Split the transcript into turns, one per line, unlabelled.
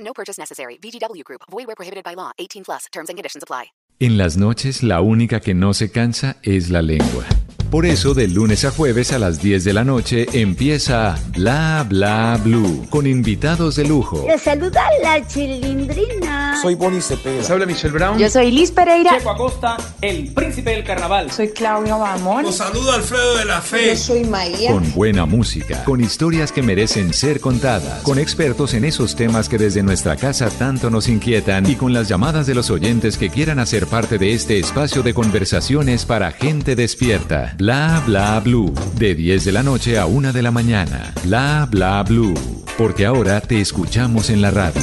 No purchase necessary. VGW Group. Void where prohibited by law. 18 plus. Terms and conditions apply.
En las noches la única que no se cansa es la lengua. Por eso de lunes a jueves a las 10 de la noche empieza Bla Bla Blue con invitados de lujo.
Le saluda la chilindrina.
Soy Bonnie Cepeda.
habla Michelle Brown.
Yo soy Liz Pereira.
Checo Acosta, el príncipe del carnaval.
Soy Claudio Bamón.
Los saluda Alfredo de la Fe.
Yo soy María.
Con buena música, con historias que merecen ser contadas, con expertos en esos temas que desde nuestra casa tanto nos inquietan y con las llamadas de los oyentes que quieran hacer parte de este espacio de conversaciones para gente despierta. Bla Bla Blue. De 10 de la noche a 1 de la mañana. Bla Bla Blue. Porque ahora te escuchamos en la radio.